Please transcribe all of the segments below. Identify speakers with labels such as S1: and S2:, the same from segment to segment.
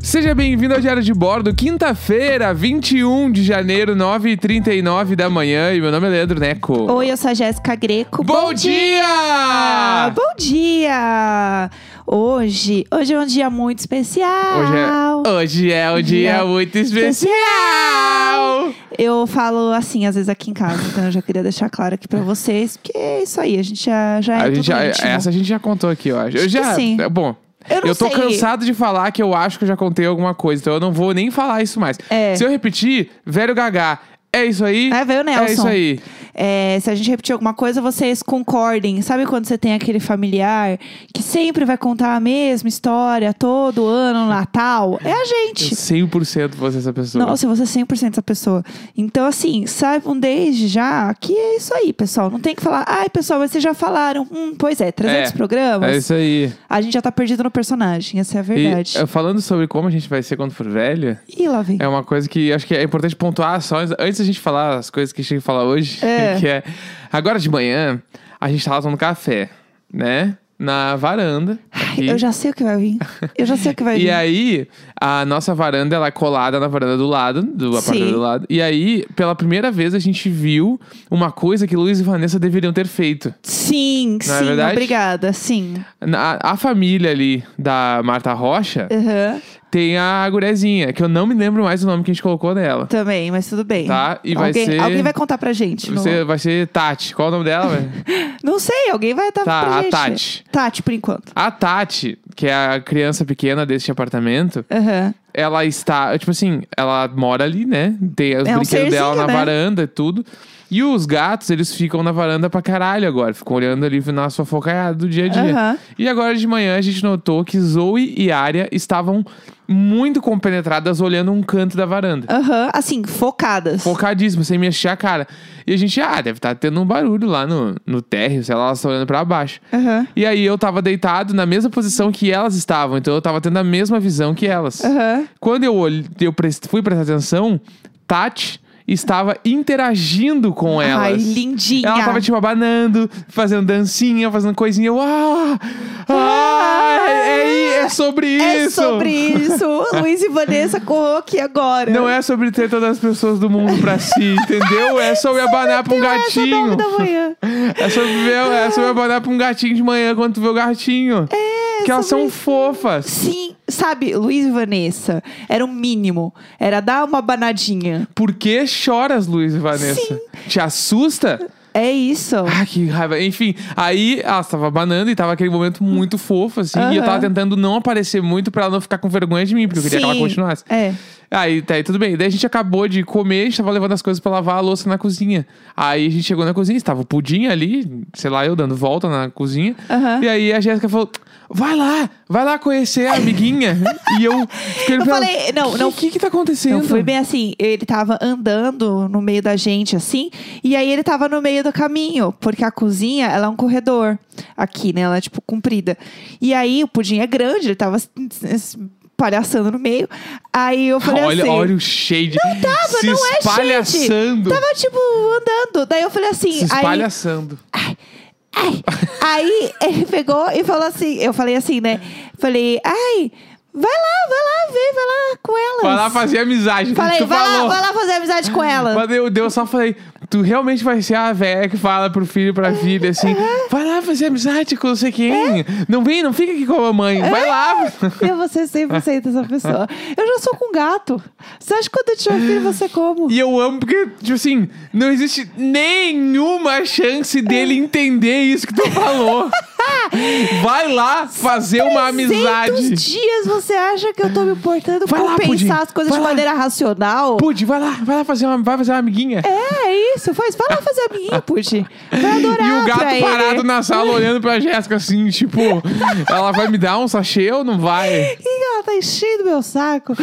S1: Seja bem-vindo ao Diário de Bordo, quinta-feira, 21 de janeiro, 9h39 da manhã. E meu nome é Leandro Neco.
S2: Oi, eu sou a Jéssica Greco.
S1: Bom dia!
S2: Ah, Bom dia! Hoje, hoje é um dia muito especial.
S1: Hoje é, hoje é um dia
S2: Dia
S1: muito especial!
S2: Eu falo assim, às vezes aqui em casa, então eu já queria deixar claro aqui pra vocês, porque é isso aí, a gente já, já é
S1: A gente
S2: tudo
S1: já-
S2: íntimo.
S1: essa a gente já contou aqui, eu acho. Eu
S2: Acho
S1: já.
S2: que sim.
S1: é Bom.
S2: Eu não
S1: tô
S2: sei.
S1: cansado de falar que eu acho que eu já contei alguma coisa, então eu não vou nem falar isso mais.
S2: É.
S1: Se eu repetir, velho Gagá, é isso aí.
S2: É, veio o Nelson.
S1: É isso aí.
S2: É, se a gente repetir alguma coisa, vocês concordem. Sabe quando você tem aquele familiar que sempre vai contar a mesma história todo ano, no Natal? É a gente.
S1: 100% você é essa pessoa.
S2: Nossa, você é 100% essa pessoa. Então, assim, saibam desde já que é isso aí, pessoal. Não tem que falar, ai, pessoal, mas vocês já falaram. Hum, pois é, 300
S1: É,
S2: programas.
S1: é isso aí.
S2: A gente já tá perdido no personagem, essa é a verdade.
S1: E, eh, falando sobre como a gente vai ser quando for velho,
S2: Ih, lá vem.
S1: é uma coisa que acho que é importante pontuar só antes- antes da gente falar as coisas que a gente tem que falar hoje,
S2: É.
S1: que é agora de manhã a gente tava tomando café, né? Na varanda. aqui.
S2: Eu já sei o que vai vir. Eu já sei o que vai
S1: E
S2: vir.
S1: aí, a nossa varanda, ela é colada na varanda do lado, do apartamento
S2: Sim.
S1: do lado. E aí, pela primeira vez, a gente viu uma coisa que Luiz e Vanessa deveriam ter feito.
S2: Sim,
S1: Não é
S2: sim,
S1: verdade?
S2: obrigada, sim.
S1: Na- a família ali da Marta Rocha
S2: Aham,
S1: tem a gurezinha, que eu não me lembro mais o nome que a gente colocou nela.
S2: Também, mas tudo bem.
S1: Tá, e vai
S2: alguém,
S1: ser-
S2: alguém vai contar pra gente. no-
S1: Você vai ser Tati. Qual o nome dela? velho?
S2: Não sei, alguém vai estar
S1: Tá,
S2: pra
S1: a
S2: gente.
S1: Tati.
S2: Tati, por enquanto.
S1: a Tati, que é a criança pequena deste apartamento,
S2: Aham.
S1: ela está, tipo assim, ela mora ali, né? Tem os
S2: É um
S1: brinquedos dela
S2: serzinho,
S1: na
S2: né?
S1: varanda e tudo. E os gatos, eles ficam na varanda pra caralho agora. Ficam olhando ali na sua focaiada do dia a dia.
S2: Aham.
S1: E agora de manhã a gente notou que Zoe e Arya estavam muito compenetradas olhando um canto da varanda.
S2: Aham, assim, focadas.
S1: Focadíssimo, sem mexer a cara. E a gente, ah, deve estar tendo um barulho lá no, no térreo, sei lá, elas estão olhando pra baixo.
S2: Aham.
S1: E aí eu tava deitado na mesma posição que elas estavam, então eu tava tendo a mesma visão que elas.
S2: Aham.
S1: Quando eu, olhe- eu prest- fui prestar atenção, Tati estava interagindo com elas.
S2: Ai, lindinha.
S1: Ela tava, tipo, abanando, fazendo dancinha, fazendo coisinha. Eu, ah, ah, é, é- é sobre
S2: É
S1: isso.
S2: sobre isso. Luiz e Vanessa correu aqui agora.
S1: Não é sobre ter todas as pessoas do mundo pra si, entendeu? É sobre abanar pra um
S2: Essa é nove
S1: gatinho.
S2: da manhã.
S1: É sobre, ver,
S2: Ah.
S1: é sobre abanar pra um gatinho de manhã quando tu vê o gatinho. É, Que elas
S2: sobre
S1: são fofas.
S2: Sim, sabe, Luiz e Vanessa, era o mínimo. Era dar uma banadinha.
S1: Por que choras, Luiz e Vanessa?
S2: Sim.
S1: Te assusta?
S2: É isso.
S1: Ah, que raiva. Enfim, aí ela tava banando e tava aquele momento muito fofo, assim. E eu
S2: Aham.
S1: tava tentando não aparecer muito pra ela não ficar com vergonha de mim, porque eu queria que ela
S2: Sim.
S1: continuasse.
S2: É.
S1: Aí, tá, aí tudo bem. Daí a gente acabou de comer, a gente tava levando as coisas pra lavar a louça na cozinha. Aí a gente chegou na cozinha, estava o pudim ali, sei lá, eu dando volta na cozinha.
S2: Aham.
S1: E aí a Jéssica falou: vai lá, vai lá conhecer a amiguinha. e eu fiquei
S2: Eu
S1: pra ela,
S2: falei, não,
S1: "Que-
S2: não.
S1: O que que tá acontecendo?
S2: Não foi bem assim. Ele tava andando no meio da gente, assim. E aí ele tava no meio do caminho. Porque a cozinha, ela é um corredor. Aqui, né? Ela é, tipo, comprida. E aí o pudim é grande. Ele tava se- se palhaçando no meio. Aí eu falei
S1: olha,
S2: assim...
S1: olha o shade. Não tava, se
S2: não é shade.
S1: espalhaçando.
S2: Tava, tipo, andando. Daí eu falei assim...
S1: Se
S2: aí,
S1: espalhaçando.
S2: Ai. Aí ele pegou e falou assim, eu falei assim, né? Falei, ai, vai lá, vai lá, vem, vai lá com elas.
S1: Vai lá fazer amizade.
S2: Então, Falei,
S1: tu
S2: vai
S1: falou.
S2: lá, vai lá fazer amizade com elas.
S1: Mas eu, eu só falei, tu realmente vai ser a velha que fala pro filho, pra filha, assim, vai lá fazer amizade com não sei quem. Não vem, não fica aqui com a mamãe, vai lá.
S2: Eu vou ser 100% essa pessoa. Eu já sou com gato. Você acha que quando eu tiver um filho, você como?
S1: E eu amo porque, tipo assim, não existe nenhuma chance dele entender isso que tu falou. Vai lá fazer uma
S2: 300
S1: amizade.
S2: dias você acha que eu tô me importando
S1: Vai
S2: com
S1: lá,
S2: pensar
S1: Pudim.
S2: as coisas
S1: Vai
S2: de
S1: lá.
S2: maneira racional?
S1: Pude, vai lá, vai lá fazer uma, vai fazer uma amiguinha.
S2: É isso, faz. Vai lá fazer amiguinha, Pudim. Vai adorar
S1: E o gato
S2: pra ele.
S1: parado na sala olhando pra Jéssica assim, tipo, ela vai me dar um sachê ou não vai?
S2: Ih, ela tá enchendo meu saco.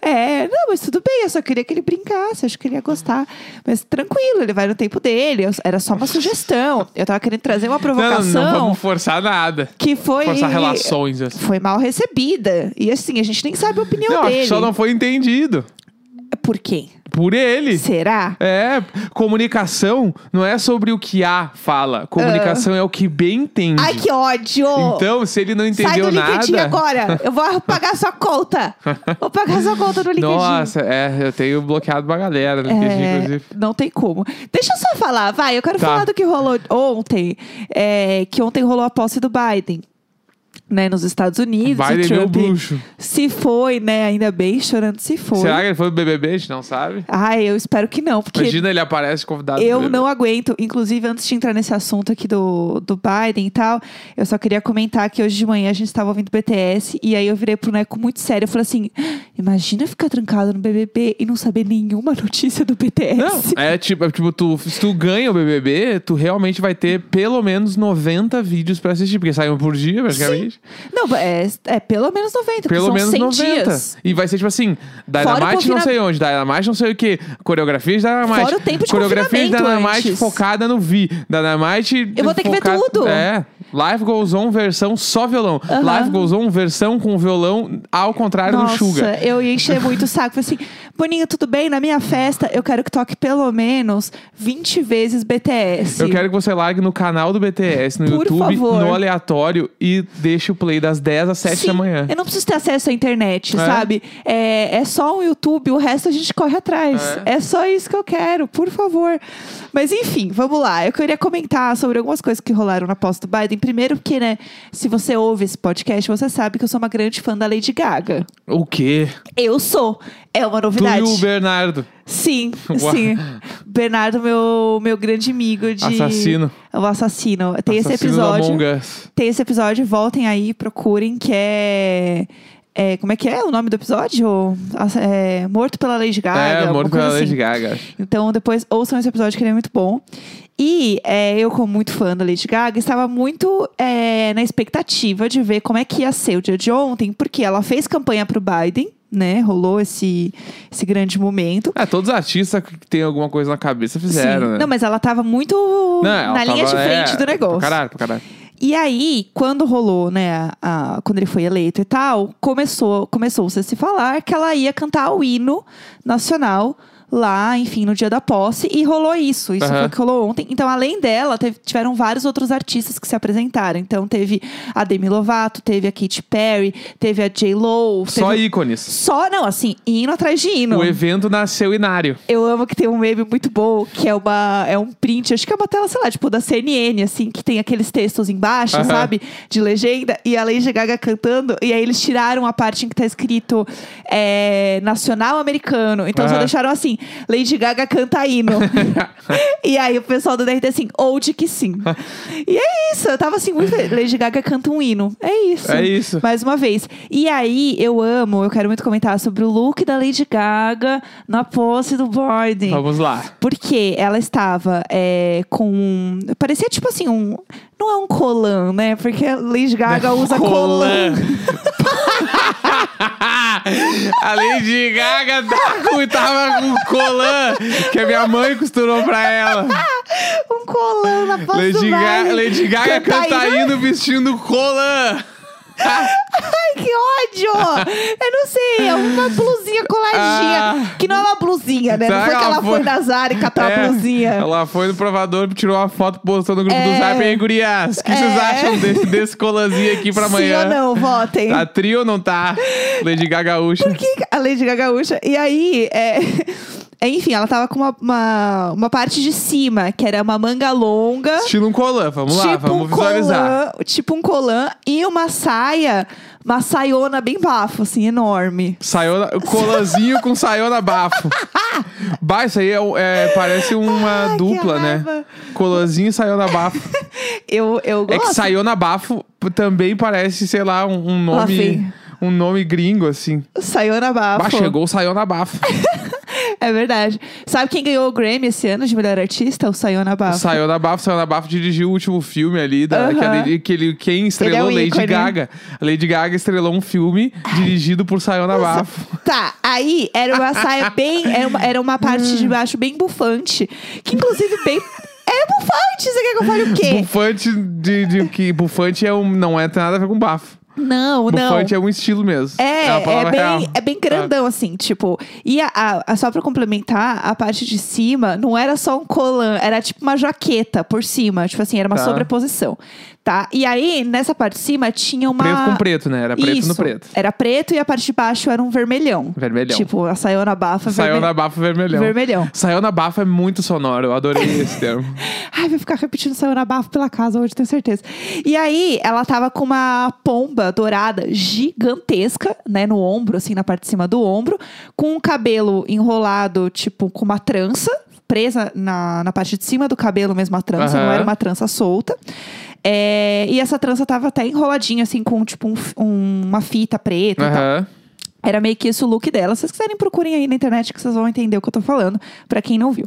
S2: É, não, mas tudo bem, eu só queria que ele brincasse, acho que ele ia gostar. Mas tranquilo, ele vai no tempo dele. eu- era só uma sugestão. Eu tava querendo trazer uma
S1: Não,
S2: provocação
S1: não, não vamos forçar nada.
S2: que foi.
S1: forçar relações, assim.
S2: Foi mal recebida. E assim, a gente nem sabe a opinião
S1: Não, acho que
S2: dele.
S1: só não foi entendido.
S2: por quem?
S1: Por ele.
S2: Será?
S1: É, comunicação não é sobre o que A fala. Comunicação é o que B entende.
S2: Ai, que ódio!
S1: Então, se ele não
S2: Sai do
S1: entendeu
S2: LinkedIn
S1: nada.
S2: agora. Eu vou pagar sua conta. Vou pagar sua conta do LinkedIn.
S1: Nossa, é, eu tenho bloqueado uma galera no LinkedIn,
S2: É,
S1: inclusive.
S2: não tem como. Deixa eu só falar, vai. Eu quero
S1: Tá.
S2: falar do que rolou ontem. É, que ontem rolou a posse do Biden. Né, nos Estados Unidos.
S1: Biden
S2: o
S1: é o
S2: Trump
S1: bruxo.
S2: se foi, né? Ainda bem, chorando se foi.
S1: Será que ele foi do BBB? A gente não sabe.
S2: Ai, eu espero que não, porque
S1: Imagina ele aparece convidado. do
S2: eu
S1: BBB.
S2: não aguento. Inclusive, antes de entrar nesse assunto aqui do, do Biden e tal, eu só queria comentar que hoje de manhã a gente tava ouvindo BTS e aí eu virei pro Neco muito sério. Eu falei assim: imagina ficar trancado no BBB e não saber nenhuma notícia do BTS.
S1: Não, é tipo, é tipo tu, se tu ganha o BBB, tu realmente vai ter pelo menos 90 vídeos pra assistir, porque saem um por dia, praticamente.
S2: Não, é, é pelo menos 90,
S1: Pelo
S2: são
S1: menos
S2: 100
S1: 90.
S2: dias.
S1: E vai ser tipo assim: Dynamite não
S2: confina-
S1: sei onde, Dynamite não sei o que, coreografia de Dynamite.
S2: Fora o tempo de
S1: Coreografia de
S2: confinamento
S1: Dynamite
S2: antes.
S1: focada no Vi. Dynamite.
S2: Eu vou ter que ver
S1: focada-
S2: tudo.
S1: É. Live Goes On versão só violão.
S2: Aham.
S1: Live Goes On versão com violão ao contrário
S2: Nossa, é
S1: do Suga.
S2: eu ia encher muito o saco. Falei assim, Boninho, tudo bem? Na minha festa, eu quero que toque pelo menos 20 vezes BTS.
S1: Eu quero que você largue no canal do BTS, no
S2: Por
S1: YouTube,
S2: favor.
S1: no aleatório e deixe o play das 10 às 7
S2: Sim,
S1: da manhã.
S2: Eu não preciso ter acesso à internet,
S1: É.
S2: sabe? É, é só o YouTube, o resto a gente corre atrás. É. só isso que eu quero, por favor. Mas enfim, vamos lá. Eu queria comentar sobre algumas coisas que rolaram na posse do Biden. Primeiro, porque, né, se você ouve esse podcast, você sabe que eu sou uma grande fã da Lady Gaga.
S1: O quê?
S2: Eu sou. É uma
S1: Tu e
S2: novidade.
S1: o Bernardo.
S2: Sim,
S1: Uau.
S2: sim. Bernardo, meu, meu grande amigo de. É
S1: Assassino.
S2: O assassino. Tem esse
S1: assassino do Among
S2: episódio.
S1: Us.
S2: Tem esse episódio, voltem aí, procurem, que é. é, como é que é o nome do episódio? Ass- é, Morto pela Lady Gaga.
S1: é,
S2: alguma
S1: morto
S2: coisa
S1: pela
S2: assim.
S1: Lady Gaga.
S2: Então depois ouçam esse episódio que ele é muito bom. E é, eu, como muito fã da Lady Gaga, estava muito é, na expectativa de ver como é que ia ser o dia de ontem, porque ela fez campanha pro Biden, né? Rolou esse, esse grande momento.
S1: É, todos os artistas que têm alguma coisa na cabeça fizeram,
S2: Sim.
S1: né?
S2: Não, mas ela tava muito
S1: Não, ela
S2: na linha de
S1: tava-
S2: frente
S1: é,
S2: do negócio.
S1: Pra caralho, pra caralho.
S2: E aí, quando rolou, né, a- a- quando ele foi eleito e tal, começou, começou-se a se falar que ela ia cantar o hino nacional lá, enfim, no dia da posse, e rolou isso. Isso
S1: Aham.
S2: foi o que rolou ontem. Então, além dela, teve- tiveram vários outros artistas que se apresentaram. Então, teve a Demi Lovato, teve a Katy Perry, teve a J. Lo.
S1: Só
S2: teve...
S1: ícones.
S2: Só, não, assim, hino atrás de hino.
S1: O evento nasceu inário.
S2: Eu amo que tem um meme muito bom, que é uma é um print, acho que é uma tela, sei lá, tipo da CNN, assim, que tem aqueles textos embaixo,
S1: Aham.
S2: sabe? De legenda, e a Lady Gaga cantando, e aí eles tiraram a parte em que tá escrito é, nacional americano. Então só
S1: Aham.
S2: deixaram assim, Lady Gaga canta hino. e aí o pessoal do DRT assim, ou de que sim. e é isso, eu tava assim, muito feliz. Lady Gaga canta um hino. É isso.
S1: É isso.
S2: Mais uma vez. E aí, eu amo, eu quero muito comentar sobre o look da Lady Gaga na posse do Biden.
S1: Vamos lá.
S2: Porque ela estava é, com. um- Parecia tipo assim, um. Não é um colan, né? Porque a Lady Gaga
S1: é um
S2: usa colan.
S1: A Lady Gaga tá com- tava com colã que a minha mãe costurou pra ela.
S2: Um colan na posse
S1: Lady,
S2: do Tá
S1: Ga-
S2: Biden.
S1: Lady Gaga
S2: Cantar hino.
S1: cantando vestindo colã.
S2: Ai, que ódio! Eu não sei, é uma blusinha coladinha.
S1: Ah.
S2: que não é uma blusinha, né?
S1: Será
S2: não foi
S1: que
S2: que
S1: ela
S2: ela foi
S1: foi-
S2: na Zara e catou
S1: É,
S2: uma blusinha.
S1: Ela foi no provador, tirou uma foto, postou no grupo
S2: É.
S1: do Zap. E aí, gurias, o que vocês
S2: É.
S1: acham desse, desse colãzinho aqui pra amanhã?
S2: Sim ou não, votem.
S1: Tá trio ou não tá? Lady Gagaúcha.
S2: que a Lady Gaga é gaúcha. E aí, é... é, enfim, ela tava com uma, uma, uma parte de cima, que era uma manga longa.
S1: Estilo um colã, vamos
S2: tipo
S1: lá, vamos
S2: um
S1: visualizar.
S2: colã, tipo um colã e uma saia, uma saiona bem bafo, assim, enorme.
S1: Saiona, colãzinho com saiona bafo. Bah, isso aí é, um- é, parece uma
S2: Ah, que
S1: dupla, né?
S2: raiva.
S1: Colãzinho e saiona bafo.
S2: Eu, eu
S1: é que
S2: gosto.
S1: saiona bafo p- também parece, sei lá, um, um
S2: Lá
S1: nome.
S2: vem.
S1: Um nome gringo, assim.
S2: Saiona bafo.
S1: Bah, chegou o saiona bafo.
S2: É verdade. Sabe quem ganhou o Grammy esse ano de melhor artista? O Saiona Bafo.
S1: Saiona Bafo, Saiona Bafo dirigiu o último filme ali, da, que a
S2: Aham.
S1: Lady- que ele- quem
S2: Ele é
S1: estrelou
S2: um
S1: Lady
S2: ícone.
S1: Gaga. A Lady Gaga estrelou um filme dirigido por Saiona Bafo.
S2: Tá, aí era uma saia bem. Era uma, era uma parte
S1: Hum.
S2: de baixo bem bufante. Que inclusive bem. É bufante! Você quer que eu fale o quê?
S1: Bufante de, de que bufante é um, não é tem nada a ver com bafo.
S2: Não, não.
S1: Bufante é um estilo mesmo.
S2: É,
S1: a
S2: é
S1: palavra real. Ah.
S2: bem, é bem grandão, assim, tipo. E a, a- a- só pra complementar, a parte de cima não era só um colan, era tipo uma jaqueta por cima. Tipo assim, era uma
S1: Tá.
S2: sobreposição. Tá? E aí, nessa parte de cima, tinha uma.
S1: Preto com preto, né? Era preto
S2: Isso,
S1: no preto.
S2: Era preto e a parte de baixo era um vermelhão.
S1: Vermelhão.
S2: Tipo, a saiona bafa,
S1: Saiu na
S2: vermelho-
S1: bafa vermelhão.
S2: vermelhão.
S1: Saiu na bafa é muito sonoro. Eu adorei esse termo.
S2: Ai, vai ficar repetindo saiona bafa pela casa hoje, tenho certeza. E aí, ela tava com uma pomba dourada gigantesca, né, no ombro, assim, na parte de cima do ombro, com um cabelo enrolado, tipo, com uma trança, presa na, na parte de cima do cabelo mesmo a trança,
S1: Aham.
S2: não era uma trança solta. É, e essa trança tava até enroladinha, assim, com, tipo, um f- um- uma fita preta e tal.
S1: Aham.
S2: Era meio que esse o look dela. Se vocês quiserem, procurem aí na internet que vocês vão entender o que eu tô falando, pra quem não viu.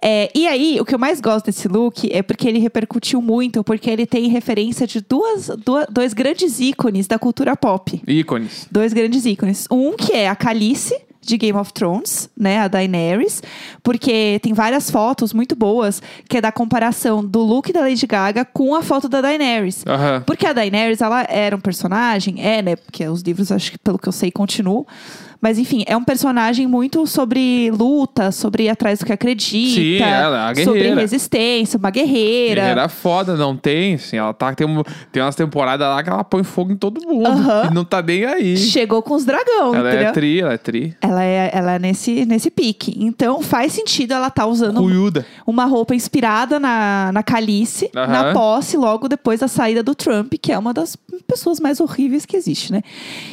S2: É, e aí, o que eu mais gosto desse look é porque ele repercutiu muito, porque ele tem referência de duas, duas- dois grandes ícones da cultura pop.
S1: Ícones.
S2: Dois grandes ícones. Um que é a Calice. De Game of Thrones, né? A Daenerys. Porque tem várias fotos muito boas que é da comparação do look da Lady Gaga com a foto da Daenerys.
S1: Aham.
S2: Porque a Daenerys, ela era um personagem, é, né? Porque os livros, acho que pelo que eu sei, continuam. Mas enfim, é um personagem muito sobre luta, sobre ir atrás do que acredita.
S1: Sim, ela é uma
S2: sobre
S1: guerreira.
S2: resistência, uma guerreira.
S1: Era é foda, não tem, assim, ela tá, tem, um- tem umas temporadas lá que ela põe fogo em todo mundo.
S2: Aham.
S1: E não tá nem aí.
S2: Chegou com os dragão,
S1: Ela
S2: entendeu?
S1: é tri, ela é tri.
S2: Ela é, ela é nesse, nesse pique. Então faz sentido ela estar usando
S1: Cuyuda.
S2: uma roupa inspirada na, na Calice,
S1: Aham.
S2: na posse, logo depois da saída do Trump, que é uma das pessoas mais horríveis que existe, né?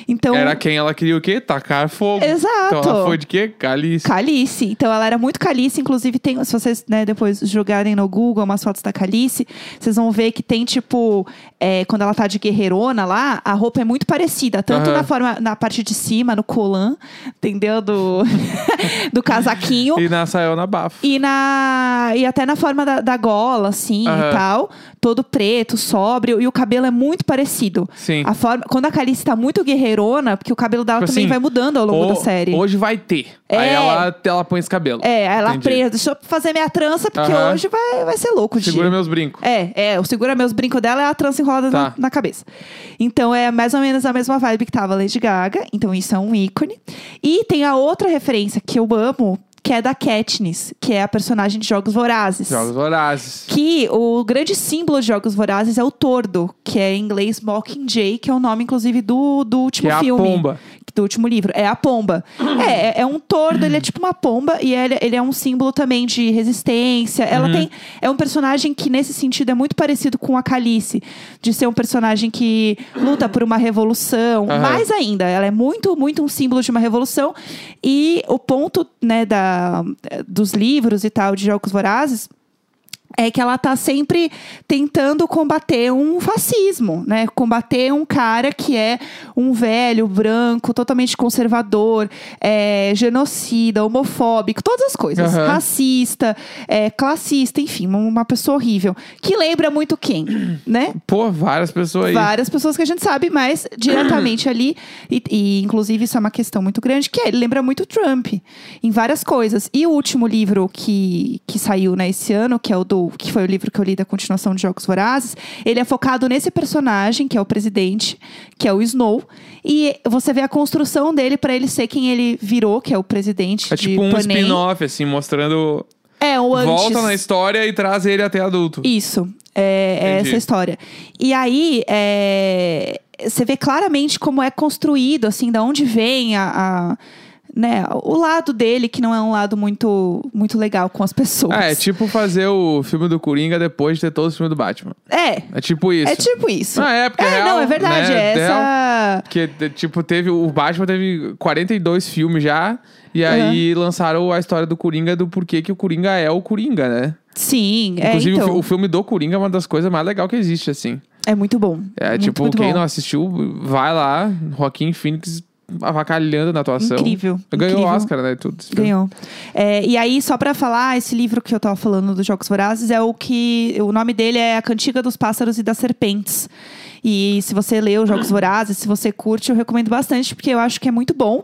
S2: Então.
S1: Era quem ela queria o quê? Tacar fogo.
S2: Exato.
S1: Então ela foi de quê? Calice.
S2: Calice. Então ela era muito Calice, inclusive tem, se vocês né, depois jogarem no Google umas fotos da Calice, vocês vão ver que tem tipo, é, quando ela tá de guerreirona lá, a roupa é muito parecida, tanto
S1: Aham.
S2: na forma, na parte de cima, no colã, entendeu? Do, do casaquinho.
S1: E na saiu na bafa.
S2: E, na, e até na forma da, da gola, assim,
S1: Aham.
S2: e tal. Todo preto, sóbrio. E o cabelo é muito parecido.
S1: Sim.
S2: A forma, quando a Calice tá muito guerreirona, porque o cabelo dela
S1: Tipo
S2: também
S1: assim,
S2: vai mudando ao longo
S1: Ho-
S2: da série.
S1: Hoje vai ter.
S2: É.
S1: Aí ela, ela põe esse cabelo.
S2: É, aí ela
S1: Entendi.
S2: presa, deixa eu fazer minha trança, porque
S1: Aham.
S2: hoje vai, vai ser louco o
S1: Segura
S2: dia.
S1: meus brincos.
S2: É, é, o segura meus brincos dela é a trança enrolada
S1: Tá.
S2: na, na cabeça. Então é mais ou menos a mesma vibe que tava a Lady Gaga, então isso é um ícone. E tem a outra referência que eu amo, que é da Katniss, que é a personagem de Jogos Vorazes.
S1: Jogos Vorazes.
S2: Que o grande símbolo de Jogos Vorazes é o tordo, que é em inglês Mockingjay, que é o nome, inclusive, do, do último
S1: Que é a
S2: Tipo filme.
S1: pomba.
S2: Do último livro. É a pomba. é, é- é um tordo, ele é tipo uma pomba e ele, ele é um símbolo também de resistência. Ela tem. É um personagem que, nesse sentido, é muito parecido com a Calice, de ser um personagem que luta por uma revolução.
S1: Aham.
S2: Mais ainda, ela é muito, muito um símbolo de uma revolução. E o ponto, né, da, dos livros e tal, de Jogos Vorazes, é que ela tá sempre tentando combater um fascismo, né? Combater um cara que é um velho, branco, totalmente conservador, é, genocida, homofóbico, todas as coisas.
S1: Aham.
S2: Racista, é, classista, enfim, uma- uma pessoa horrível. Que lembra muito quem, né?
S1: Pô, várias pessoas aí.
S2: Várias pessoas que a gente sabe, mas diretamente ali. E, e, inclusive, isso é uma questão muito grande, que é, ele lembra muito o Trump em várias coisas. E o último livro que, que saiu né, esse ano, que é o do. que foi o livro que eu li da continuação de Jogos Vorazes, ele é focado nesse personagem, que é o presidente, que é o Snow. E você vê a construção dele pra ele ser quem ele virou, que é o presidente
S1: É
S2: de
S1: tipo um
S2: Panem.
S1: spin-off, assim, mostrando.
S2: É, o antes.
S1: Volta na história e traz ele até adulto.
S2: Isso. É, é
S1: Entendi.
S2: essa história. E aí, é, você vê claramente como é construído, assim, da onde vem a. a, né, o lado dele, que não é um lado muito, muito legal com as pessoas.
S1: É, é tipo fazer o filme do Coringa depois de ter todo o filme do Batman.
S2: É,
S1: É tipo isso.
S2: é tipo isso.
S1: Na época
S2: é,
S1: real,
S2: não, é verdade.
S1: né,
S2: é essa.
S1: Que, t- tipo, teve. O Batman teve 42 filmes já. E aí lançaram a história do Coringa do porquê que o Coringa é o Coringa, né?
S2: Sim, é,
S1: Inclusive, o
S2: então,
S1: fi- o filme do Coringa é uma das coisas mais legais que existe, assim.
S2: é muito bom.
S1: É,
S2: Muito,
S1: tipo,
S2: muito
S1: quem
S2: bom.
S1: não assistiu, vai lá, Joaquim Phoenix avacalhando na atuação.
S2: Incrível,
S1: é um Ganhou o
S2: incrível.
S1: Oscar, né? e Tudo. esse filme.
S2: Ganhou. É, e aí, só pra falar, esse livro que eu tava falando dos Jogos Vorazes é o que. O nome dele é A Cantiga dos Pássaros e das Serpentes. E se você lê os Jogos Vorazes, se você curte, eu recomendo bastante, porque eu acho que é muito bom.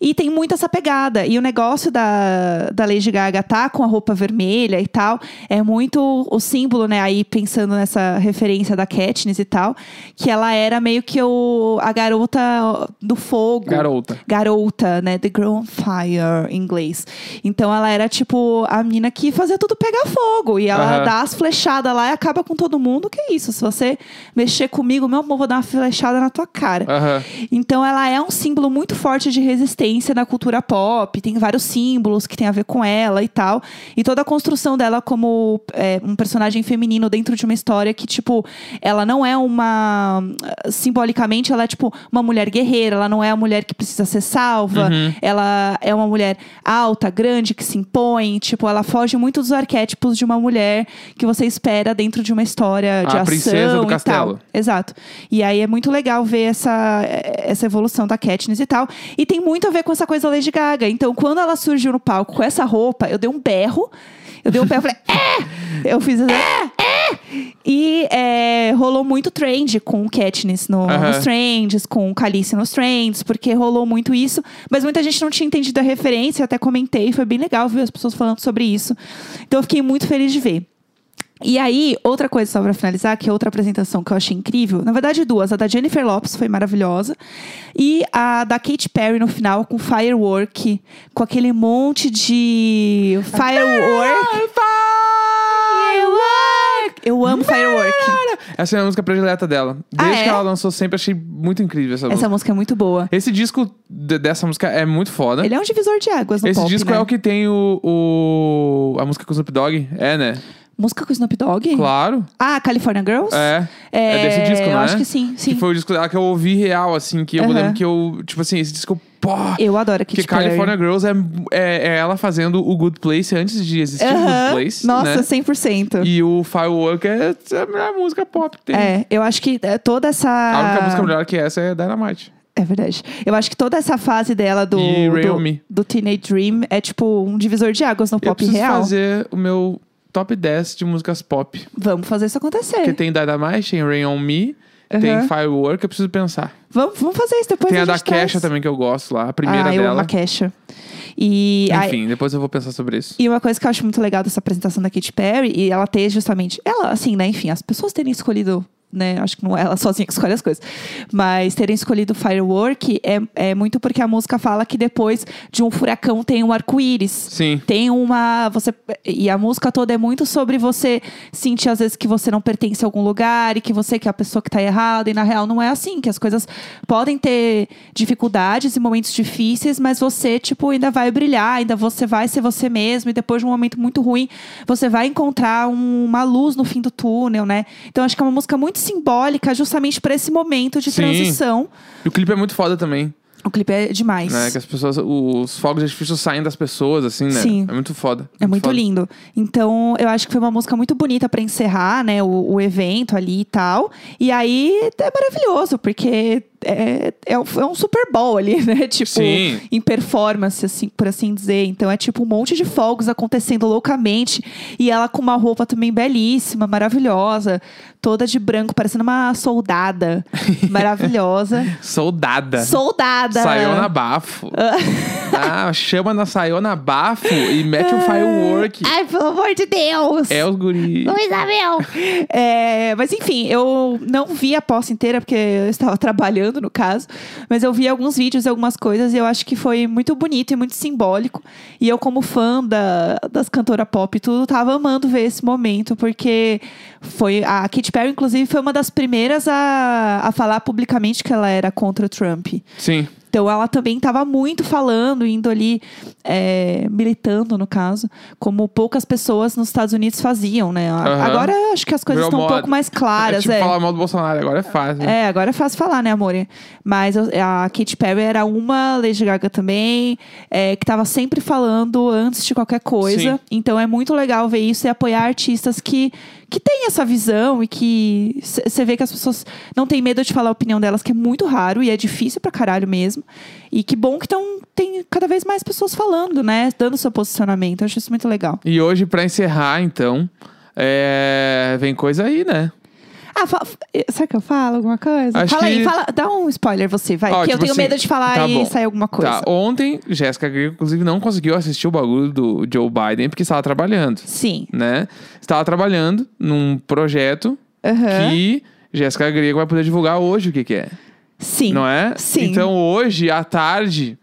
S2: E tem muito essa pegada. E o negócio da, da Lady Gaga tá com a roupa vermelha e tal, é muito o símbolo, né? Aí pensando nessa referência da Katniss e tal, que ela era meio que o, a garota do fogo
S1: Garota.
S2: garota, né? The Girl on Fire, em inglês. Então ela era tipo a menina que fazia tudo pegar fogo. E ela
S1: Aham.
S2: dá as flechadas lá e acaba com todo mundo. Que isso? Se você mexer comigo, meu amor, vou dar uma flechada na tua cara.
S1: Aham.
S2: Então ela é um símbolo muito forte de resistência na cultura pop. Tem vários símbolos que tem a ver com ela e tal. E toda a construção dela como é, um personagem feminino dentro de uma história que, tipo, ela não é uma. Simbolicamente, ela é, tipo, uma mulher guerreira. Ela não é a mulher que precisa ser salva.
S1: Uhum.
S2: Ela é uma mulher alta, grande, que se impõe. Tipo, ela foge muito dos arquétipos de uma mulher que você espera dentro de uma história de
S1: A
S2: ação
S1: princesa do
S2: e
S1: castelo.
S2: tal. Exato. E aí é muito legal ver essa, essa evolução da Katniss e tal. E tem muito a ver com essa coisa da Lady Gaga. Então, quando ela surgiu no palco com essa roupa, eu dei um berro. Eu dei um berro e falei, é! Eu fiz essa... É! E é, rolou muito trend com o Katniss no,
S1: Aham.
S2: nos trends, com o Calice nos trends, porque rolou muito isso. Mas muita gente não tinha entendido a referência, eu até comentei, foi bem legal ver as pessoas falando sobre isso. Então eu fiquei muito feliz de ver. E aí, outra coisa só pra finalizar, que é outra apresentação que eu achei incrível. Na verdade, duas. A da Jennifer Lopes foi maravilhosa. E a da Katy Perry no final, com firework. Com aquele monte de firework. Firework! Eu amo firework.
S1: Essa é a música predileta dela. Desde
S2: Ah, é?
S1: que ela lançou sempre, achei muito incrível essa, música.
S2: Essa música é muito boa.
S1: Esse disco de- dessa música é muito foda.
S2: Ele é um divisor de águas no
S1: Esse
S2: pop,
S1: disco
S2: né?
S1: é o que tem o, o- a música com o Snoop Dogg. É, né?
S2: Música com Snoop Dogg?
S1: Claro.
S2: Ah, California Girls?
S1: É.
S2: É,
S1: É desse disco,
S2: eu
S1: né?
S2: acho que sim, sim.
S1: Que foi o disco dela que eu ouvi real, assim. Que eu
S2: Aham.
S1: lembro que eu... Tipo assim, esse disco... Pô,
S2: Eu adoro a Katy
S1: Porque
S2: Perry.
S1: California Girls é, é, é ela fazendo o Good Place antes de existir o
S2: Aham.
S1: Good Place,
S2: Nossa,
S1: né?
S2: 100%.
S1: E o Firework é a melhor música pop que tem.
S2: É, eu acho que é, toda essa.
S1: A única música melhor que essa é Dynamite.
S2: É verdade. Eu acho que toda essa fase dela do,
S1: E Rail
S2: do,
S1: Me.
S2: do Teenage Dream é tipo um divisor de águas no
S1: eu
S2: pop
S1: preciso
S2: real.
S1: fazer o meu top 10 de músicas pop.
S2: Vamos fazer isso acontecer.
S1: Porque tem Dynamite, tem Rain On Me, tem
S2: É. Aham.
S1: Firework, eu preciso pensar.
S2: Vamos, vamos fazer isso depois.
S1: tem a,
S2: a
S1: da
S2: gente traz.
S1: Kesha também que eu gosto lá, a primeira
S2: ah, eu amo
S1: dela.
S2: a Kesha. E a-
S1: Enfim, depois eu vou pensar sobre isso.
S2: E uma coisa que eu acho muito legal dessa apresentação da Katy Perry, e ela ter justamente. Ela, assim, né? Enfim, as pessoas terem escolhido. Né? Acho que não é ela sozinha que escolhe as coisas. Mas terem escolhido Firework é, é muito porque a música fala que depois de um furacão tem um arco-íris.
S1: Sim.
S2: Tem uma. Você, e a música toda é muito sobre você sentir, às vezes, que você não pertence a algum lugar e que você que é a pessoa que tá errada. E na real não é assim, que as coisas podem ter dificuldades e momentos difíceis, mas você, tipo, ainda vai brilhar, ainda você vai ser você mesmo. E depois de um momento muito ruim, você vai encontrar um- uma luz no fim do túnel, né? Então acho que é uma música muito simbólica, justamente para esse momento de
S1: Sim.
S2: transição.
S1: E o clipe é muito foda também,
S2: O clipe é demais.
S1: né? Que as pessoas, os fogos de artifício saem das pessoas, assim, né?
S2: Sim.
S1: É muito foda.
S2: É muito
S1: foda.
S2: lindo. Então, eu acho que foi uma música muito bonita pra encerrar, né, o, o evento ali e tal. E aí é maravilhoso, porque é, é, um- é um Super Bowl ali, né? Tipo,
S1: Sim.
S2: em performance, assim, por assim dizer. Então é tipo um monte de fogos acontecendo loucamente. E ela com uma roupa também belíssima, maravilhosa, toda de branco, parecendo uma soldada. maravilhosa.
S1: Soldada.
S2: Soldada!
S1: É. Saiu na bafo. ah, chama na saiu na bafo e mete
S2: Ah.
S1: um firework.
S2: Ai, pelo amor de Deus!
S1: É os guri.
S2: Isabel! É, mas enfim, eu não vi a posse inteira, porque eu estava trabalhando, no caso. Mas eu vi alguns vídeos e algumas coisas, e eu acho que foi muito bonito e muito simbólico. E eu, como fã da, das cantoras pop e tudo, tava amando ver esse momento, porque foi. A Katy Perry, inclusive, foi uma das primeiras a, a falar publicamente que ela era contra o Trump.
S1: Sim.
S2: Então ela também estava muito falando, indo ali, é, militando no caso, como poucas pessoas nos Estados Unidos faziam, né? A-
S1: Aham.
S2: Agora eu acho que as coisas
S1: Virou
S2: estão um
S1: moda.
S2: pouco mais
S1: é
S2: claras.
S1: tipo
S2: é.
S1: falar mal do Bolsonaro, agora é fácil.
S2: É, agora é fácil falar, né, amor? Mas eu- a Katy Perry era uma, Lady Gaga também, é, que tava sempre falando antes de qualquer coisa.
S1: Sim.
S2: Então é muito legal ver isso e apoiar artistas que, que têm essa visão e que você vê que as pessoas não têm medo de falar a opinião delas, que é muito raro e é difícil pra caralho mesmo. E que bom que tão, tem cada vez mais pessoas falando, né? Dando seu posicionamento. Eu acho isso muito legal.
S1: E hoje, pra encerrar, então, é, vem coisa aí, né?
S2: Ah, fa- será que eu falo alguma coisa?
S1: Acho
S2: fala aí,
S1: que-
S2: fala, dá um spoiler você, vai.
S1: Ó,
S2: que eu
S1: tipo
S2: tenho
S1: assim,
S2: medo de falar
S1: tá
S2: e
S1: bom.
S2: sair alguma coisa.
S1: Tá, ontem, Jéssica Greco, inclusive, não conseguiu assistir o bagulho do Joe Biden porque estava trabalhando,
S2: Sim.
S1: né? Estava trabalhando num projeto
S2: Aham.
S1: que Jéssica Greco vai poder divulgar hoje o que, que é,
S2: Sim.
S1: não é?
S2: Sim.
S1: Então, hoje, à tarde.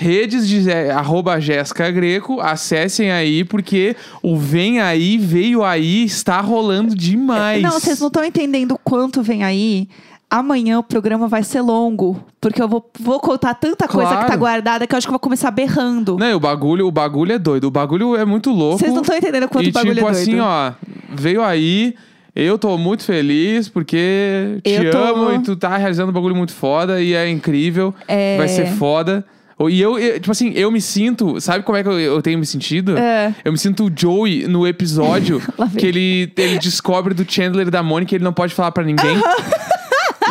S1: Redes de Zé- arroba Jéssica Greco, acessem aí, porque o Vem Aí, Veio Aí está rolando demais.
S2: Não, vocês não estão entendendo o quanto vem aí. Amanhã o programa vai ser longo, porque eu vou, vou contar tanta coisa que tá
S1: Claro.
S2: guardada que eu acho que eu vou começar berrando.
S1: Não, e o bagulho, o bagulho é doido. O bagulho é muito louco.
S2: Vocês não estão entendendo o quanto
S1: e
S2: o bagulho
S1: tipo
S2: é doido.
S1: assim, ó, veio aí. Eu tô muito feliz porque te
S2: Eu tô-
S1: amo e tu tá realizando um bagulho muito foda e é incrível.
S2: É.
S1: Vai ser foda. E eu, eu- tipo assim, eu me sinto. Sabe como é que eu, eu tenho me sentido?
S2: É.
S1: Eu me sinto o Joey no episódio
S2: Lá vem.
S1: que ele, ele descobre do Chandler e da Mônica que ele não pode falar pra ninguém.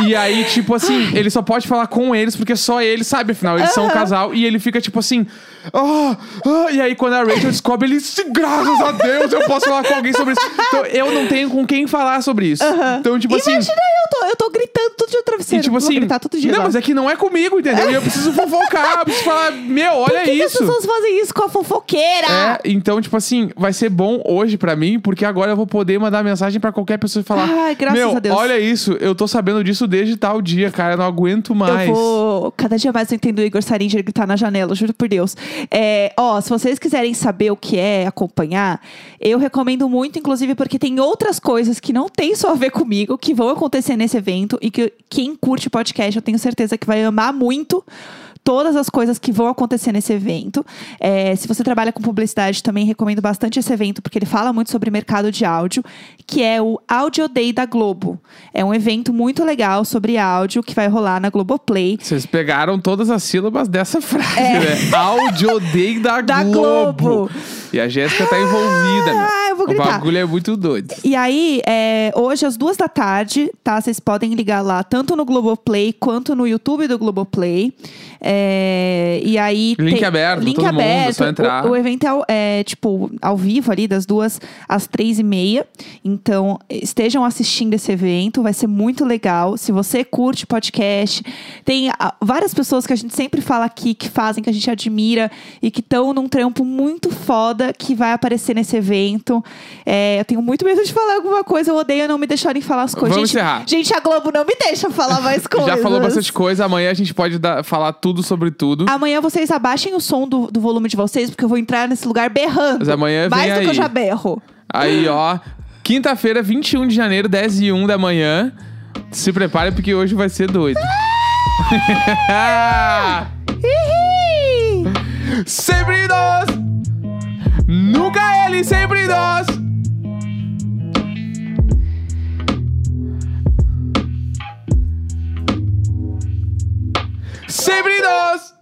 S1: E aí, tipo assim, ele só pode falar com eles, porque só ele sabe, afinal, eles são um casal. E ele fica tipo assim. Ah, ah", e aí, quando a Rachel descobre, ele se graças a Deus, eu posso falar com alguém sobre isso. Então, eu não tenho com quem falar sobre isso. Então, tipo assim.
S2: Imagina eu, tô, eu tô gritando todo dia no travesseiro.
S1: E tipo
S2: eu vou
S1: assim,
S2: gritar todo dia.
S1: não,
S2: lá.
S1: mas é que não é comigo, entendeu? E eu preciso fofocar, eu preciso falar, meu, olha
S2: Por que que
S1: é isso.
S2: as pessoas fazem isso com a fofoqueira?
S1: É, então, tipo assim, vai ser bom hoje pra mim, porque agora eu vou poder mandar mensagem pra qualquer pessoa e falar:
S2: Ai, graças
S1: Meu,
S2: a Deus."
S1: olha isso, eu tô sabendo disso desde tal dia, cara, eu não aguento mais.
S2: Eu vou. Cada dia mais eu entendo o Igor Saringer gritar na janela, juro por Deus. É, ó, se vocês quiserem saber o que é acompanhar, eu recomendo muito, inclusive, porque tem outras coisas que não tem só a ver comigo, que vão acontecer nesse evento e que quem curte podcast, eu tenho certeza que vai amar muito. Todas as coisas que vão acontecer nesse evento. É, se você trabalha com publicidade, também recomendo bastante esse evento, porque ele fala muito sobre mercado de áudio, que é o Audio Day da Globo. É um evento muito legal sobre áudio que vai rolar na Globoplay.
S1: Vocês pegaram todas as sílabas dessa frase, né? Áudio Day da,
S2: É. Da Globo.
S1: E a Jéssica tá envolvida, meu.
S2: Ah, eu vou
S1: O
S2: gritar.
S1: bagulho é muito doido.
S2: E aí, é, hoje às duas da tarde, tá? Vocês podem ligar lá, tanto no Globoplay quanto no YouTube do Globoplay. É, e aí.
S1: Link
S2: tem-
S1: aberto,
S2: link
S1: todo mundo,
S2: aberto.
S1: é só entrar.
S2: O, o evento é, ao- é, tipo, ao vivo ali, das duas às três e meia. Então, estejam assistindo esse evento, vai ser muito legal. Se você curte podcast, tem ah, várias pessoas que a gente sempre fala aqui, que fazem, que a gente admira e que estão num trampo muito foda que vai aparecer nesse evento. É, eu tenho muito medo de falar alguma coisa, eu odeio não me deixarem falar as coisas.
S1: Vamos
S2: gente,
S1: encerrar.
S2: gente, a Globo não me deixa falar mais coisas.
S1: Já falou bastante coisa, amanhã a gente pode dar- falar tudo sobre tudo.
S2: Amanhã vocês abaixem o som do, do volume de vocês, porque eu vou entrar nesse lugar berrando.
S1: Mas amanhã
S2: mais
S1: vem
S2: do que eu
S1: aí.
S2: já berro.
S1: Aí, ó. Quinta-feira, 21 de janeiro, 10 e 1 da manhã. Se prepare porque hoje vai ser doido.
S2: Ah!
S1: Ah!
S2: Ih!
S1: sempre nós! Nunca ele, sempre nós! Sempre nós!